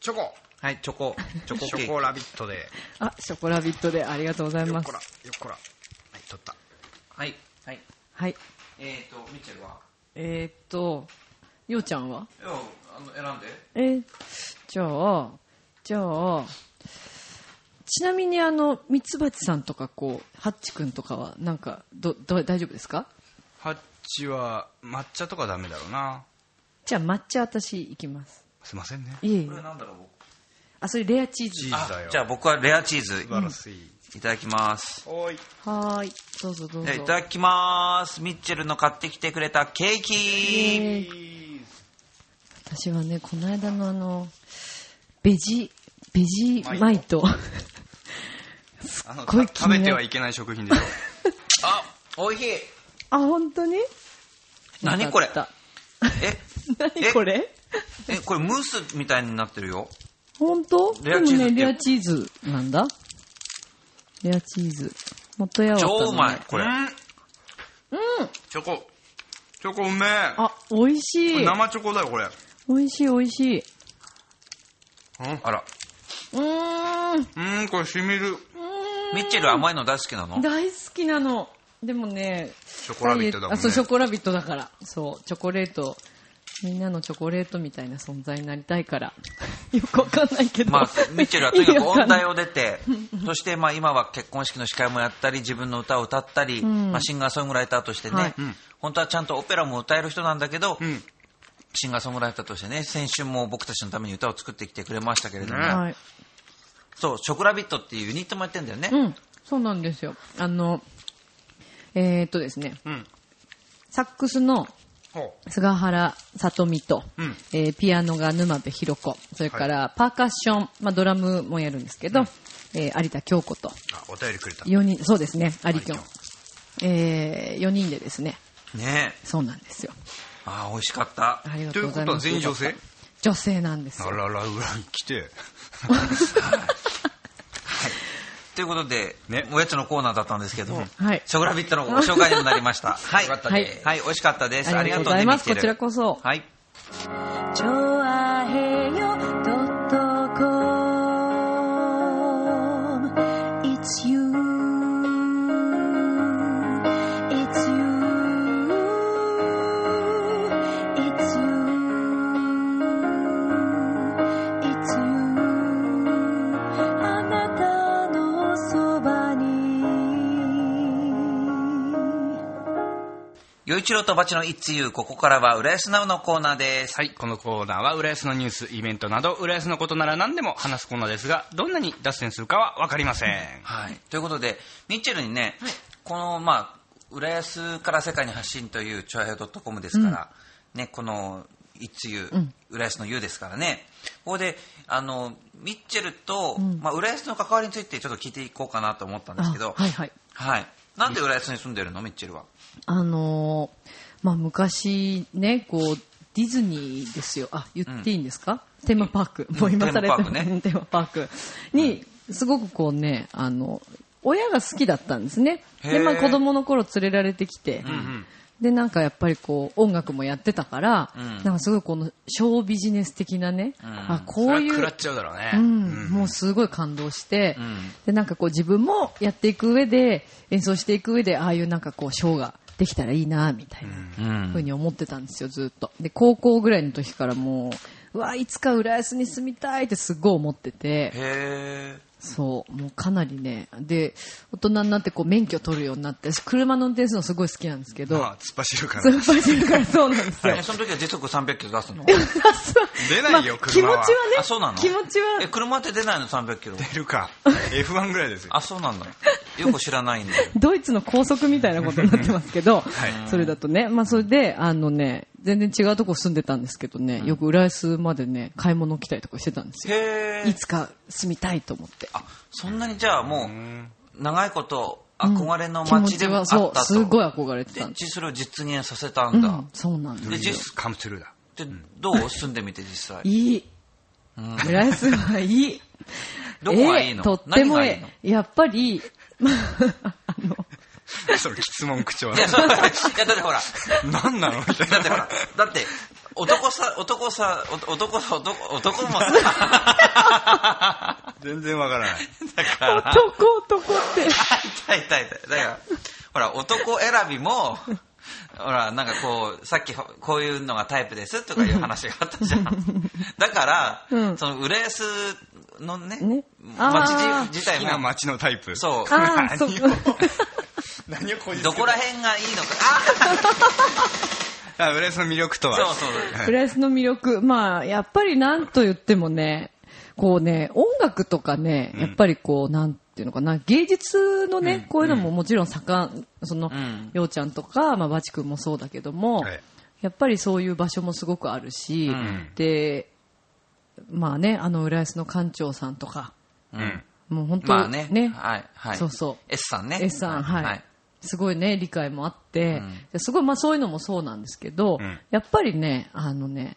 B: チョコ
D: はい、チョコ、チョコ
B: チ
D: ケ
B: ョ
D: ー
B: コ
D: キ。
B: ラビットで
C: あ、ショコラビットでありがとうござい
B: よ
C: ま
B: っ
C: す
B: こら。よっこらはい取った
D: はい、はい。
C: はい。
D: えっ、と、ミッチェルは
C: えー、っと、ようちゃんはい
D: や、あの、選んで。
C: えーじゃあ、じゃあ、ちなみにあの、ミツバチさんとか、こう、ハッチ君とかは、なんか、ど、ど、大丈夫ですか
B: ハッチは抹茶とかダメだろうな
C: じゃあ、抹茶私いきます。
B: すいませんね
C: いえいえ
D: こ。れなんだろう、僕。
C: あ、それレアチーズ。
B: チーズだよ
D: じゃあ僕はレアチーズ
B: 素晴らしい、
D: いただきます、
B: おーい
C: はーい。どうぞどうぞ。
D: じゃあいただきますミッチェルの買ってきてくれたケー
C: え
D: キ
C: ー私はね、この間のあの、ベジ、ベジマイ ト。
B: あの
C: すっごい
B: た
C: 気
B: 食
C: になる
B: べてはいけない食品でしょ
D: あおいしいえ
C: あ、本当に
D: 何これ
C: よかった何これ
D: えこれムースみたいになってるよ
C: 本当
D: レアチーズ
C: でもね、
D: って
C: レアチーズなんだ。レアチーズ。元やわたのね
D: 超うまいこれ
B: うんチョコチョコうめえ
C: あ、美味し
B: こ
C: い
B: れ。生チョコだよこれ
C: 美味しい美味しい。
D: あら
C: うーん。
B: うんこれしみる
D: ミッチェル甘いの大好きなの
C: 大好きなの。でもね、
B: ショコラビットだもんね
C: あ、そう、ショコラビットだから。そう、チョコレート。みんなのチョコレートみたいな存在になりたいから。 よくわかんないけど。
D: まあ、ミッチェルはとにかく音大
C: を。
D: を出て、そしてまあ今は結婚式の司会もやったり、自分の歌を歌ったり、
C: ん
D: まあシンガーソングライターとしてね、
C: はい
B: ん
D: 本当はちゃんとオペラも歌える人なんだけど、
B: うん
D: シンガーソングライターとしてね、先週も僕たちのために歌を作ってきてくれましたけれども、
B: ね
C: はい。
D: そう、ショコラビットっていうユニットもやってんだよね。
C: うん、そうなんですよ。あの、えー、っとですね、
B: うん
C: サックスの
B: ほ
C: 菅原里美と、
B: うん
C: えーピアノが沼部博子、それからパーカッション、まあ、ドラムもやるんですけど、えー有田京子と、
B: うあお便りくれた
C: 4人、そうですね、有
B: 有
C: 京
B: 京。
C: えー、4人でですね、
D: ねえ。
C: そうなんですよ。
D: ああ、美味しかっ
C: あ
D: た。
C: り
B: と
C: がと
B: いうう
C: ご
B: こ
C: ざい
B: とは
C: ます。
B: 全員女性
C: 女性なんです
B: あ
C: よ。
B: らら裏に来て
D: ということで、
B: ね
D: おやつのコーナーだったんですけども、
C: はい
D: ショコラビット のご紹介にもなりました。はい。
B: かった
C: ね
D: はい、美味しかったです。ありがとう
C: あり
D: ね、
C: が
D: ミ
C: とうございます
D: ッチェル
C: こちらこそ
D: はい。
F: ちょあへよ .com It's you It's you It's you It's you あなたのそばに
D: 与一郎とバチの It's You、ここからは浦安ナウのコーナーです。
B: はい、このコーナーは浦安のニュース、イベントなど、浦安のことなら何でも話すコーナーですが、どんなに脱線するかは分かりません。
D: はい、ということで、ミッチェルにね、この、まあ、浦安から世界に発信という、チョアヘッ .com ですから、ね、この、いつゆ、
C: ん
D: 浦安のゆですからね、ここで、あの、ミッチェルと、まあ、浦安の関わりについてちょっと聞いていこうかなと思ったんですけど、
C: あはいはい。
D: はいなんで浦安に住んでるの、ミッチェルは。
C: あのーまあ、昔ね、こう、ディズニーですよ。あ、言っていいんですか、テーマパーク。もう今更やって
D: テーマパークね
C: テーマパークに、すごくこうね、あの、親が好きだったんですね。
D: へ
C: で、
D: ー
C: まあ子供の頃連れられてきて、
B: ん
C: で、なんかやっぱりこう、音楽もやってたから、
D: ん
C: なんかすごいこの、ショービジネス的なね、あ、こういう、
B: それは食らっちゃうだろうね。
C: うん、もうすごい感動して、
D: ん
C: でなんかこう自分もやっていく上で演奏していく上でああいうなんかこうショーができたらいいなみたいな
D: うん
C: ふうに思ってたんですよずっとで高校ぐらいの時からもううわいつか浦安に住みたいってすごい思ってて
D: へ
C: そう、もうかなりね。で、大人になってこう免許取るようになって、私車の運転するのすごい好きなんですけど、
B: まあ、突っ走るか
C: それ
B: ら。
C: 走るからそうなん ですよ。
D: えその時は時速300キロ出す の
B: 出ないよ
C: まあ気持ち
B: 車
C: は
B: は
C: ね
D: あ、そうなの
C: 気持ち
D: え、
C: は、
D: 車って出ないの300キロ。
B: 出る か。F1 ぐらいですよ。
D: あ、そうなんだ。よく知らないんだ よ。
C: ドイツの高速みたいなことになってますけど、 それだとね、まあそれで、あのね、全然違うとこ住んでたんですけどね、よく浦安までね、買い物来たりとかしてたんですよ。
D: へ
C: い
D: え。
C: つか住みたいと思って。
D: あ、そんなにじゃあも
B: うん
D: う、長いこと憧れの
C: 気持
D: 街
C: ち
D: でもあ
C: は
D: った
C: そ
D: と。
C: う、すごい憧れて
D: で
C: たん、です。
D: じそれを実現させた
C: うん
D: だ
C: ん。、そうなんです。
D: で、実
B: スカムトゥルーだ。
D: でどう住んでみて実際。
C: いい。浦安はいい。
D: どこがいい
C: え
D: の
C: えとっても
D: 何がいい
C: え
D: の
C: え。やっぱり、あの、
B: その質問口調は。
D: いや、そうい やだってほら、
B: 何なのみたい
D: だ
B: な
D: ってほら、だって、男さ、男さ、お男さ、男、男もさ、
B: 全然わからな い。
D: だから、
C: 男男って。
D: 痛い痛い痛い。だから、ほら、男選びも、ほら、なんかこう、さっきほこういうのがタイプですとかいう話があったじゃん。だから、
C: うん
D: その、浦安のね、
C: ね
D: 街
C: あー
D: 自体
B: 好きな
D: も、
B: 街のタイプ。
D: そう、
C: ああ、そう。
B: 何をこじつけて
D: どこら辺がいいのか、あ
B: あ、浦安の魅力とは。
D: そうそう
B: はい
C: 浦安の魅力。まあ、やっぱりなんと言ってもね、こうね、音楽とかね、やっぱりこう、なんていうのかな、芸術のね、こういうのももちろん盛ん、その
D: ん、
C: ようちゃんとか、まあ、バチ君もそうだけども
B: はい、
C: やっぱりそういう場所もすごくあるし、
B: ん
C: で、まあね、あの、浦安の館長さんとか、
B: うん。
C: もう本当
D: まあね、
C: ね、
D: はい、はい。
C: そうそう
D: S さんね。
C: S さん、はい。
D: はい。
C: すごいね、理解もあって、ですごい、まあそういうのもそうなんですけど、
B: うん
C: やっぱりね、あのね、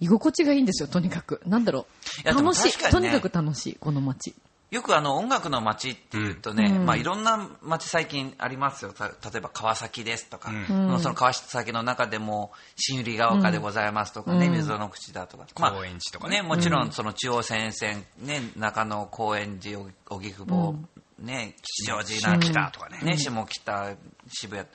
C: 居心地がいいんですよ、とにかく。なんだろ。
D: いうやでも
C: 楽しい
D: 確か
C: と
D: に
C: に
D: ね
C: かく楽しい、この街。
D: よくあの音楽の街っていうとね、
C: うん
D: まあ、いろんな街最近ありますよた例えば川崎ですとか、
B: う
D: その川崎の中でも新百合ヶ丘でございますとかね、
C: うん
D: 溝の口だとか、まあ
B: 高円寺とか
D: ね
B: ね
D: もちろんその中央線沿線、ね、中野高円寺荻窪、ね、吉祥寺なんか
B: 北とかね。
D: ね、下北、渋谷。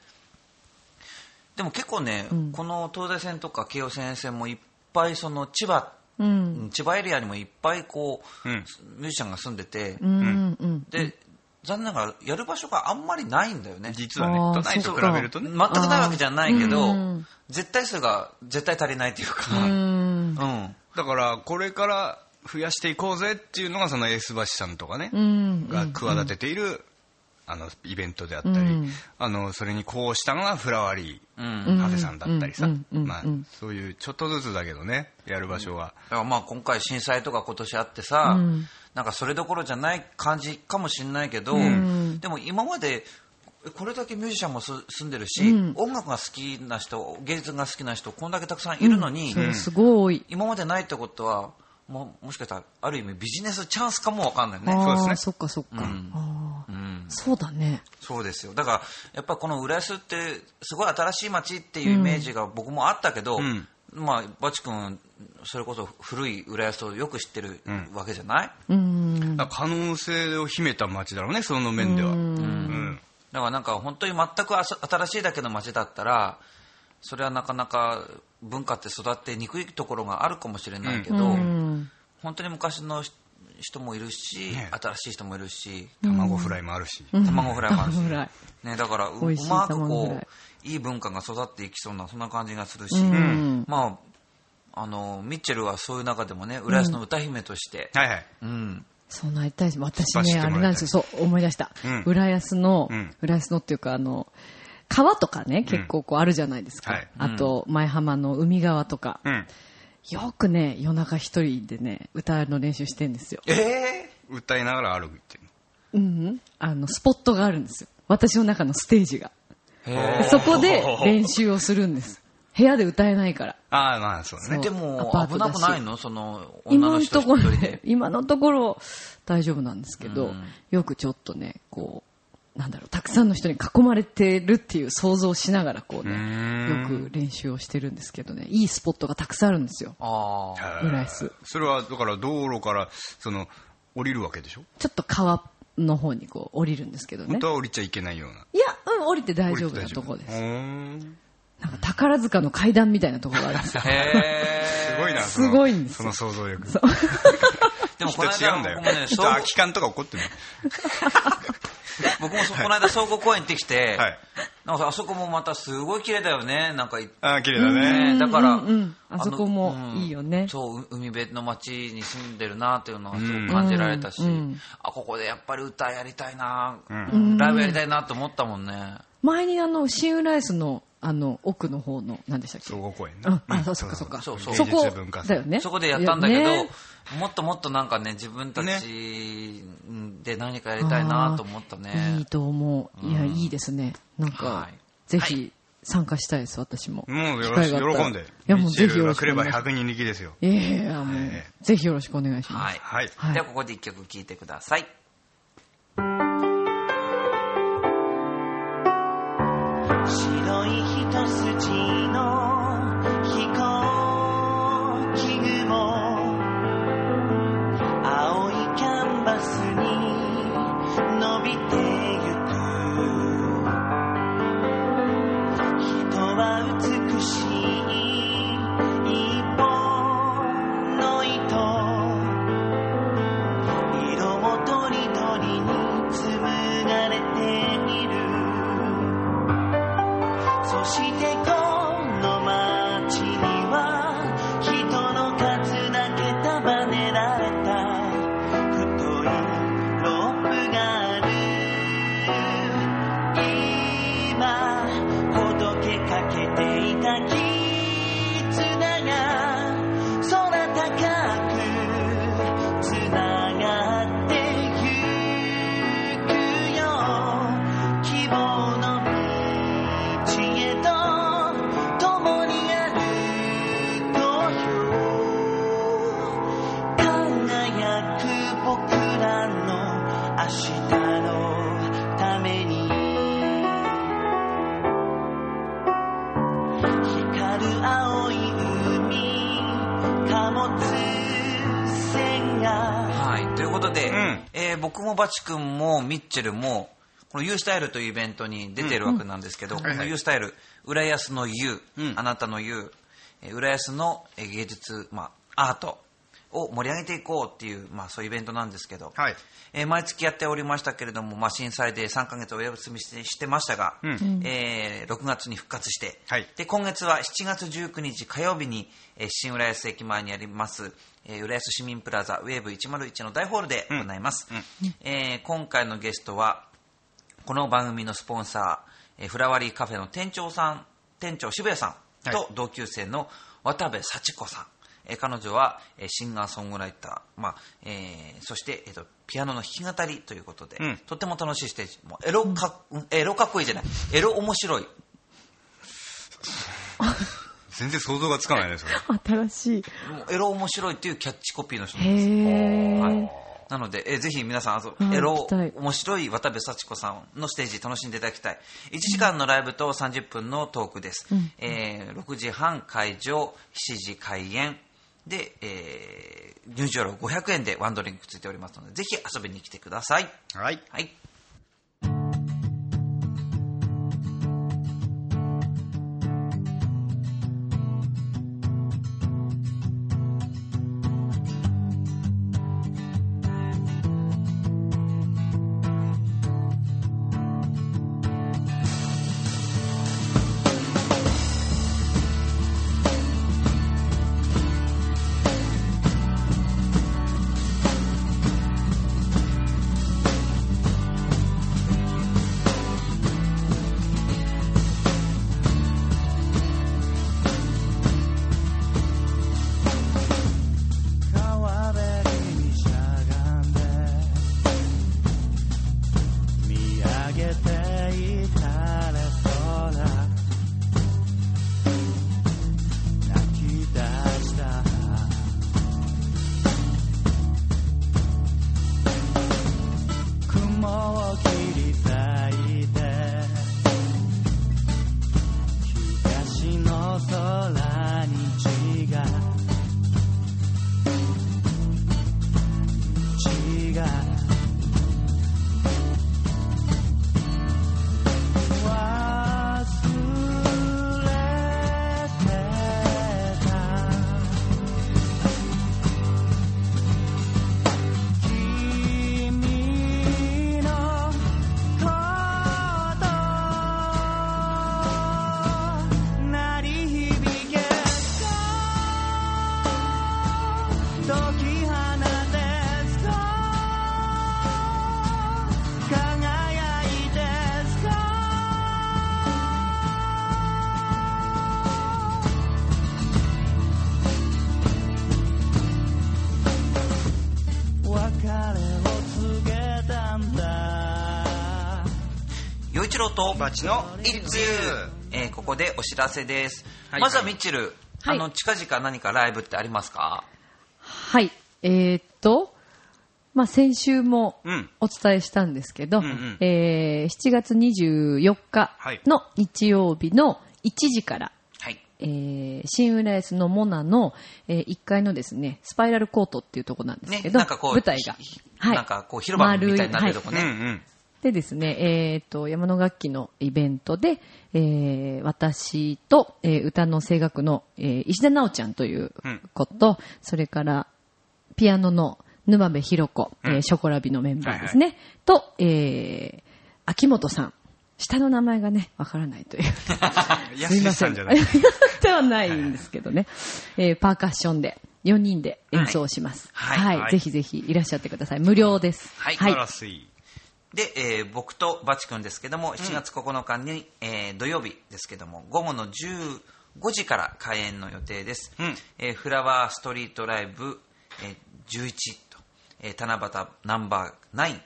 D: でも結構ね、この東大線とか京王線線もいっぱいその千葉、
C: うん
D: 千葉エリアにもいっぱいこう、
B: うん
D: ミュージシャンが住んでて、
C: うん、うん、うん。
D: で、残念ながらやる場所があんまりないんだよね。
B: 実はね
C: あー、
B: 都内と
C: そっか
B: 比べると
D: 全く
B: ね。
D: ないわけじゃないけ
C: う
D: ど、
C: ん
D: 絶対数が絶対足りないというか、
C: う
D: うん
C: ん。
B: だから、これから増やしていこうぜっていうのが、そのエース橋さんとかね
C: う、ん。
B: が企てている、あの、イベントであった
C: うん
B: り、あの、それにこうしたのがフラワリー
D: うん
B: カフェさんだったりさ
C: うん、うんうん
B: まあ
C: うん、
B: そういうちょっとずつだけどね、やる場所は。
D: だからまあ今回震災とか今年あってさ、
C: うん
D: なんかそれどころじゃない感じかもしれないけど、
C: ん
D: でも今までこれだけミュージシャンもす住んでるし、
C: うん
D: 音楽が好きな人芸術が好きな人こんだけたくさんいるのに、
C: そう、すごい。
D: 今までないってことはももしかしたらある意味ビジネスチャンスかもわかんないね。
C: あ
B: そう
C: あ
B: で
C: ー、
B: すね
C: そっかそっか。
D: うん
C: あー
D: うん
C: そうだね。
D: そうですよだからやっぱこの浦安ってすごい新しい街っていうイメージが僕もあったけど、
B: ん
D: まあ、バチ君それこそ古い浦安をよく知ってる
B: ん
D: わけじゃない、
C: うん。
B: だから可能性を秘めた街だろうね、その面では。うん
D: だからなんか本当に全くあそ新しいだけの街だったらそれはなかなか文化って育ってにくいところがあるかもしれないけど、
C: うん。
D: 本当に昔の人人もいるし、
B: ね
D: 新しい人もいるし
B: 卵フライもあるし。
D: 卵フライもあるし、
C: うん卵フラ
D: ね、だからう
C: 美
D: う
C: 味しい
D: まく
C: 卵フ
D: こ
C: ライ
D: ういい文化が育っていきそうなそんな感じがするし、
C: ん
D: まあ、あのミッチェルはそういう中でもね浦安の歌姫として、
B: はいはい。
D: うん、
C: そうなりたいし、私
B: 走
C: ね、
B: っ
C: あ
B: てもらいたい
C: れなんですよ、そう、思い出した。
B: うん
C: 浦安の、
B: うん
C: 浦安のっていうか、あの、川とかね、結構こうあるじゃないですか。
B: はい
C: あと、前浜の海側とか、
B: うん。
C: よくね、夜中一人でね、歌の練習してんですよ。
D: え
B: 歌いながら歩いてる
C: うんうん。あの、スポットがあるんですよ。私の中のステージが。
D: ー、え
C: そこで練習をするんです。部屋で歌えないから。
B: ああ、まあそうだ
C: そう
B: ね。
D: で
C: ア
D: も
C: パー
D: 危
C: トだ
D: な
C: し
D: くないのその女
C: 今
D: の
C: のと
D: 人一
C: ころ
D: 人で
C: ね、今のところ大丈夫なんですけど、よくちょっとね、こう、なんだろう、たくさんの人に囲まれてるっていう想像をしながらこうね、
B: ーん
C: よく練習をしてるんですけどね、いいスポットがたくさんあるんですよ、
D: ああ
B: あー
C: 浦安。
B: それはだから道路からその降りるわけでしょ、
C: ちょっと川の方にこう降りるんですけどね
B: 本当。は降りちゃいけないようない
C: や、うん、降りて大丈夫なとこです。なんか宝塚の階 段みたいなとこがあるんですよ。
D: へえ
B: すごいな
C: すごいんです
B: そのその想像力
C: そう
D: でもこ
B: 人
D: の
B: 違
D: 間
B: うんだよ
D: 僕 もね
B: 人
D: 総
B: 空
D: 合
B: き缶とか怒ってる
D: 僕もそこの間総合公園行ってきて、
B: はい
D: なんかあそこもまたすごい綺麗だよねなんかい
B: ああ綺麗だね
D: ねだから、
C: うんうんあそこも
D: あの
C: いいよね
D: そうう海辺の町に住んでるなっていうのはすごく感じられたし、
C: うんうん
D: あここでやっぱり歌やりたいな、
B: うん
D: ライブやりたいなと思ったもんね、
C: 前にあの、新浦安の、あの、奥の方の、何でしたっけ
B: 総合公園ね
C: うん
B: う
C: あ、
B: ん
C: そっかそっか。
D: そうそう
C: そこ
B: 芸術文化、祭
C: だよね。
D: そこでやったんだけど、
C: ね
D: もっともっとなんかね自分たちで何かやりたいなと思ったね、
C: いいと思う。いや、いいですね。なん
D: は
C: か
D: い、
C: ぜひ参加したいです、私も。
B: もうよ
C: 機
B: ろ
C: 会
B: し
C: があったら
B: 喜んで
C: いや、もうぜひよろ
B: が
C: しく
B: 来
C: お
B: れば
C: 願いします。
B: 100人力ですよ
C: いやいやいや、も
B: え
C: う、ぜひよろしくお願いしま
D: は
C: す
D: い。
B: はい
C: はい
D: ではここで一曲聴いてください
E: 白い一筋の飛行機雲青いキャンバスに伸びてゆく人は美しい一本の糸色もとりどりに紡がれているそしてこの街には人の数だけ束ねられた太いロープがある今ほどけかけていた絆が空高くつながってゆくよ希望の知恵と共に歩こうよ輝く僕らの明日のために光る青い海貨物船が
D: はい、ということで、
B: うん
D: えー僕もバチ君もミッチェルもこの U スタイルというイベントに出てるわけなんですけど、こ
B: はいは
D: の
B: い
D: U スタイル浦安の U、
B: うん
D: あなたの U えー浦安のえー芸術、まあ、アートを盛り上げていこうっていう、まあ、そういうイベントなんですけど、
B: はい
D: えー毎月やっておりましたけれども、まあ、震災で3ヶ月お休みしてしてましたが、
B: うん
D: えー6月に復活して、
B: はい
D: で今月は7月19日火曜日に、えー新浦安駅前にあります、えー浦安市民プラザウェーブ101の大ホールで行います、えー今回のゲストはこの番組のスポンサー、えーフラワリーカフェの店長さん店長渋谷さん
B: は
D: と
B: い
D: 同級生の渡部幸子さん、えー彼女は、えーシンガーソングライター、まあえーそして、えーとピアノの弾き語りということで、
B: うん
D: とても楽しいステージもうエロか、うんエロかっこいいじゃないエロ面白い
B: 全然想像がつかないです
C: 新しい。
D: もうエロ面白いっていうキャッチコピーの人なんです。
C: へ
D: はい
C: ー。
D: なので、えーぜひ皆さん、あそ
C: うん
D: エロ
C: 行きたい
D: 面白い渡部幸子さんのステージ楽しんでいただきたい。1時間のライブと30分のトークです。えー6時半会場、7時開演。で、えー入場料500円でワンドリンクついておりますので、ぜひ遊びに来てください。
B: はい
D: はい。
E: 「
D: ロと
B: バチの
D: 一通、えーここでお知らせです、
B: はい
D: まずはミッチェル、
C: はい
D: あの近々何かライブってありますか
C: はい。えーっと、まあ、先週も
B: うん
C: お伝えしたんですけど、
B: んうん
C: えー7月24日
B: はい
C: の日曜日の1時から、
D: はい
C: えー新浦安のモナの、え1階のですね、スパイラルコートっていうとこなんです
D: ね
C: けど、
D: なんかこう
C: 舞台が
D: ひ。
C: はい
D: なんかこう広場みたいになってるとこ
B: うんう
D: ね、
B: ん
C: でですね、えっ、と、山の楽器のイベントで、えー私と、えー歌の声楽の、えー石田直ちゃんという子と、それから、ピアノの沼部ひろ子、えーショコラビのメンバーですね、と、えー秋元さん。下の名前がね、わからないという。
B: 安井さんじゃない
C: ではないんですけどね。えーパーカッションで、4人で演奏します。
D: はい
C: はい。
B: はい
C: ぜひぜひいらっしゃってください。無料です。
D: はい
B: カラスイ
D: で、えー僕とバチ君ですけども7月9日に、えー土曜日ですけども午後の15時から開演の予定です、
B: うん
D: えーフラワーストリートライブ、えー11と、えー七夕ナンバー9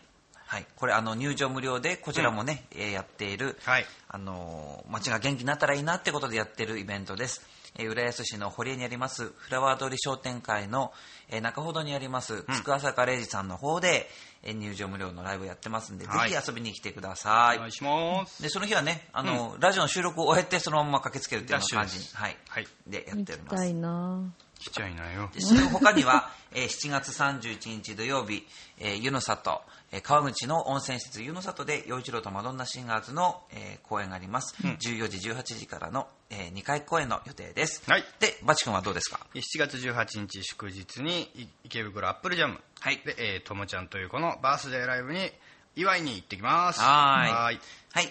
D: はい、これあの入場無料でこちらもね、えーやっている、
B: はい
D: あのー街が元気になったらいいなってことでやってるイベントです、えー浦安市の堀江にありますフラワー通り商店会の、えー中ほどにあります筑浅カレージさんの方で、えー入場無料のライブやってますんで、
B: はい
D: ぜひ遊びに来てください、
B: お願いします
D: でその日はねあのー、ラジオの収録を終えてそのまま駆けつけるっていうような感じ
B: ラッシュです
D: はい
B: はい
D: でやっ
C: 行
D: てお
C: き
D: ります
C: たいなぁ
B: 来ちゃいなよ
D: でその他には、 えー7月31日土曜日、えー湯の里、えー川口の温泉施設湯の里で陽一郎とマドンナシンガーズの、えー公演があります、14時18時からの、え2回公演の予定です、
B: はい
D: でバチ君はどうですか
B: 7月18日祝日にい池袋アップルジャム、
D: はい
B: でえーともちゃんという子のバースデーライブに祝いに行ってきます
D: はい
B: は
D: は
B: ー
D: い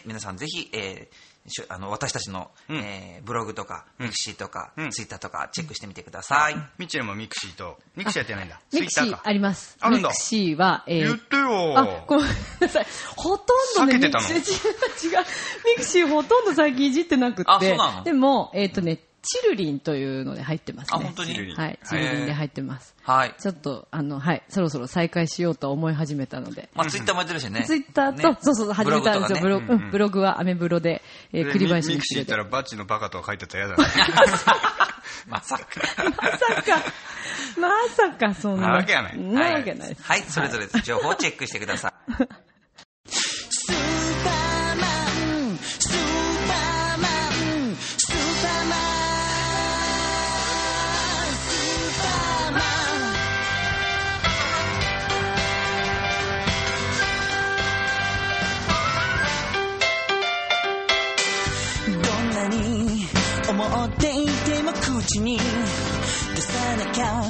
D: 皆さんぜひ、えーしゅあの私たちの、
B: うん
D: えーブログとか、
B: うん
D: ミクシーとか、
B: うん
D: ツイッターとかチェックしてみてください、
B: ミッチェルもミクシーとミクシーやってないんだツイ
C: ミ
B: ッ
C: クシ
B: ター
C: ー
B: か
C: あります。
B: あるんだ
C: ミクシーは、え
B: 言
C: ー
B: っ、てよ
C: あ、ごめんなさい。ほとんどね、
B: 避けてたの
C: ミクシー違う、違う。ミクシーほとんど最近いじってなくて。
D: あそうなの
C: でも、えっ、とね、チルリンというので入ってますね。
D: あ本当に
B: チルリン
C: はい、チルリンで入ってます。
D: はい、
C: ちょっと、あの、はい、そろそろ再開しようと思い始めたので。
D: まあ、ツイッターもやってるしね
C: ツイッターと、
D: ね
C: そうそう、始めたんですよ。ブ
D: ブロ
C: ロ
D: グとかね
C: グ、うんブログはアメブロで、えー、
B: で
C: 栗林
B: ミ
C: に
B: ミクシー行
C: て
B: ったらバッチのバカとか書いてたら嫌だ な
D: まさか
C: まさか、まさかそんな。
B: なわけやない
C: なわけないです。
D: はい、それぞれ情報をチェックしてください。
E: スーパーマンスーパーマンスーパーマンスーパーマンどんなに思っていても口に出さなきゃ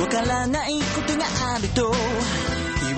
E: わからないことがあると言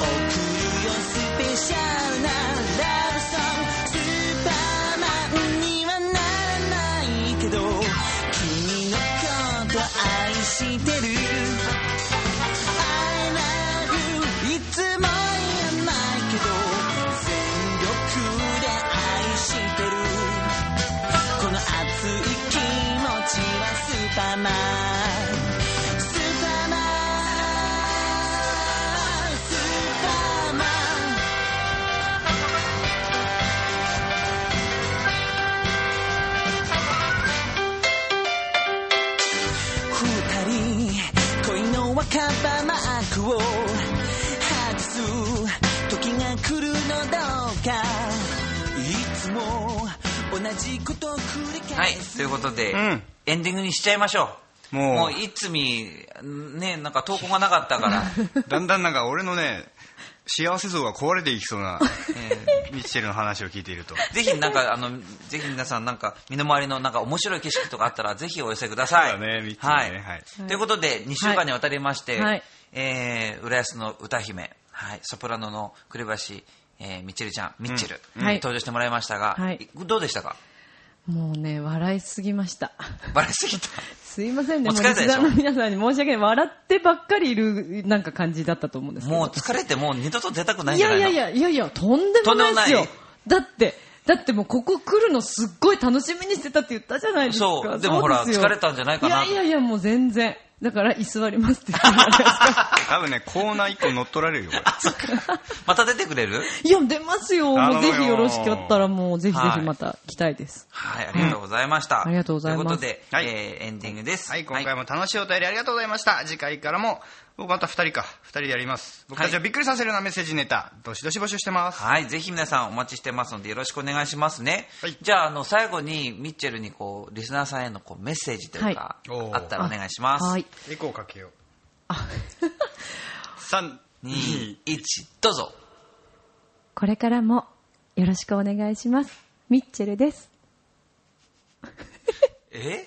E: 送るよスペシャルなラブソングスーパーマンにはならないけど君のこと愛してる I love you いつも言えないけど全力で愛してるこの熱い気持ちはスーパーマンスーパーマンスーパーマン二人恋の若葉マークを外す時が来るのどうかいつも同じことを繰り
D: は
E: 返
D: い、
E: す
D: ということで、
B: うん
D: エンディングにしちゃいましょう。
B: もう
D: もういつみ、ね、なんか投稿がなかっ たから、
B: だんだんなんか俺のね幸せ像が壊れていきそうな
D: え
B: ミッチェルの話を聞いていると
D: ーぜひなんか、あの、ぜひ皆さんなんか、身の回りのなんか面白い景色とかあったら、ぜひお寄せください。
B: そうだねミッチェ
D: は
B: ルね
D: い。
B: はい
D: ということで、2週間にわたりまして、
C: はい
D: えー浦安の歌姫、はい、ソプラノの栗林、えー、みちるちゃん、みっちる、
C: んはい
D: 登場してもらいましたが、
C: はい
D: どうでしたか
C: もうね、笑いすぎました。
D: バレすぎた。
C: すいませんね、
D: お疲れ様でしょ
C: もうリスナーの皆さんに申し訳ない。笑ってばっかりいる、なんか感じだったと思うんですけど。
D: もう疲れて、もう二度と出たくないん
C: い
D: じゃな
C: や
D: い
C: い
D: の
C: やいや、いやいや、とんでもないです
D: とん
C: よ
D: でも。
C: だって、だってもうここ来るのすっごい楽しみにしてたって言ったじゃないですか。
D: そうでもほら
C: そうですよ
D: 疲れたんじゃないかない
C: やいやいや、もう全然。だから、居座りますって言ってもらえます か
B: 多分ね、コーナー一個乗っ取られるよ、これ
D: また出てくれる
C: いや、出ますよ。
B: 頼む
C: もう
B: よ
C: ぜひよろしかったら、もうぜひぜひまた来たいです。
D: はい、ありがとうございまし
C: う
D: た。
C: んありがとうございます
D: ということで、
B: はい
D: えーエンディングです。
B: はい、今回も楽しいお便りありがとうございました。次回からも、僕また2人か、2人でやります。僕たちをびっくりさせるようなメッセージネタ、どしどし募集してます。
D: はい、ぜひ皆さんお待ちしてますのでよろしくお願いしますね。
B: はい
D: じゃあ、あの、最後にミッチェルにこう、リスナーさんへのこうメッセージというか、
B: はいおー
D: あったらお願いします。
C: はい。
B: エコーかけよう。
C: あ
B: 3、
D: 2、1、どうぞ。
C: これからもよろしくお願いします。ミッチェルです。
D: え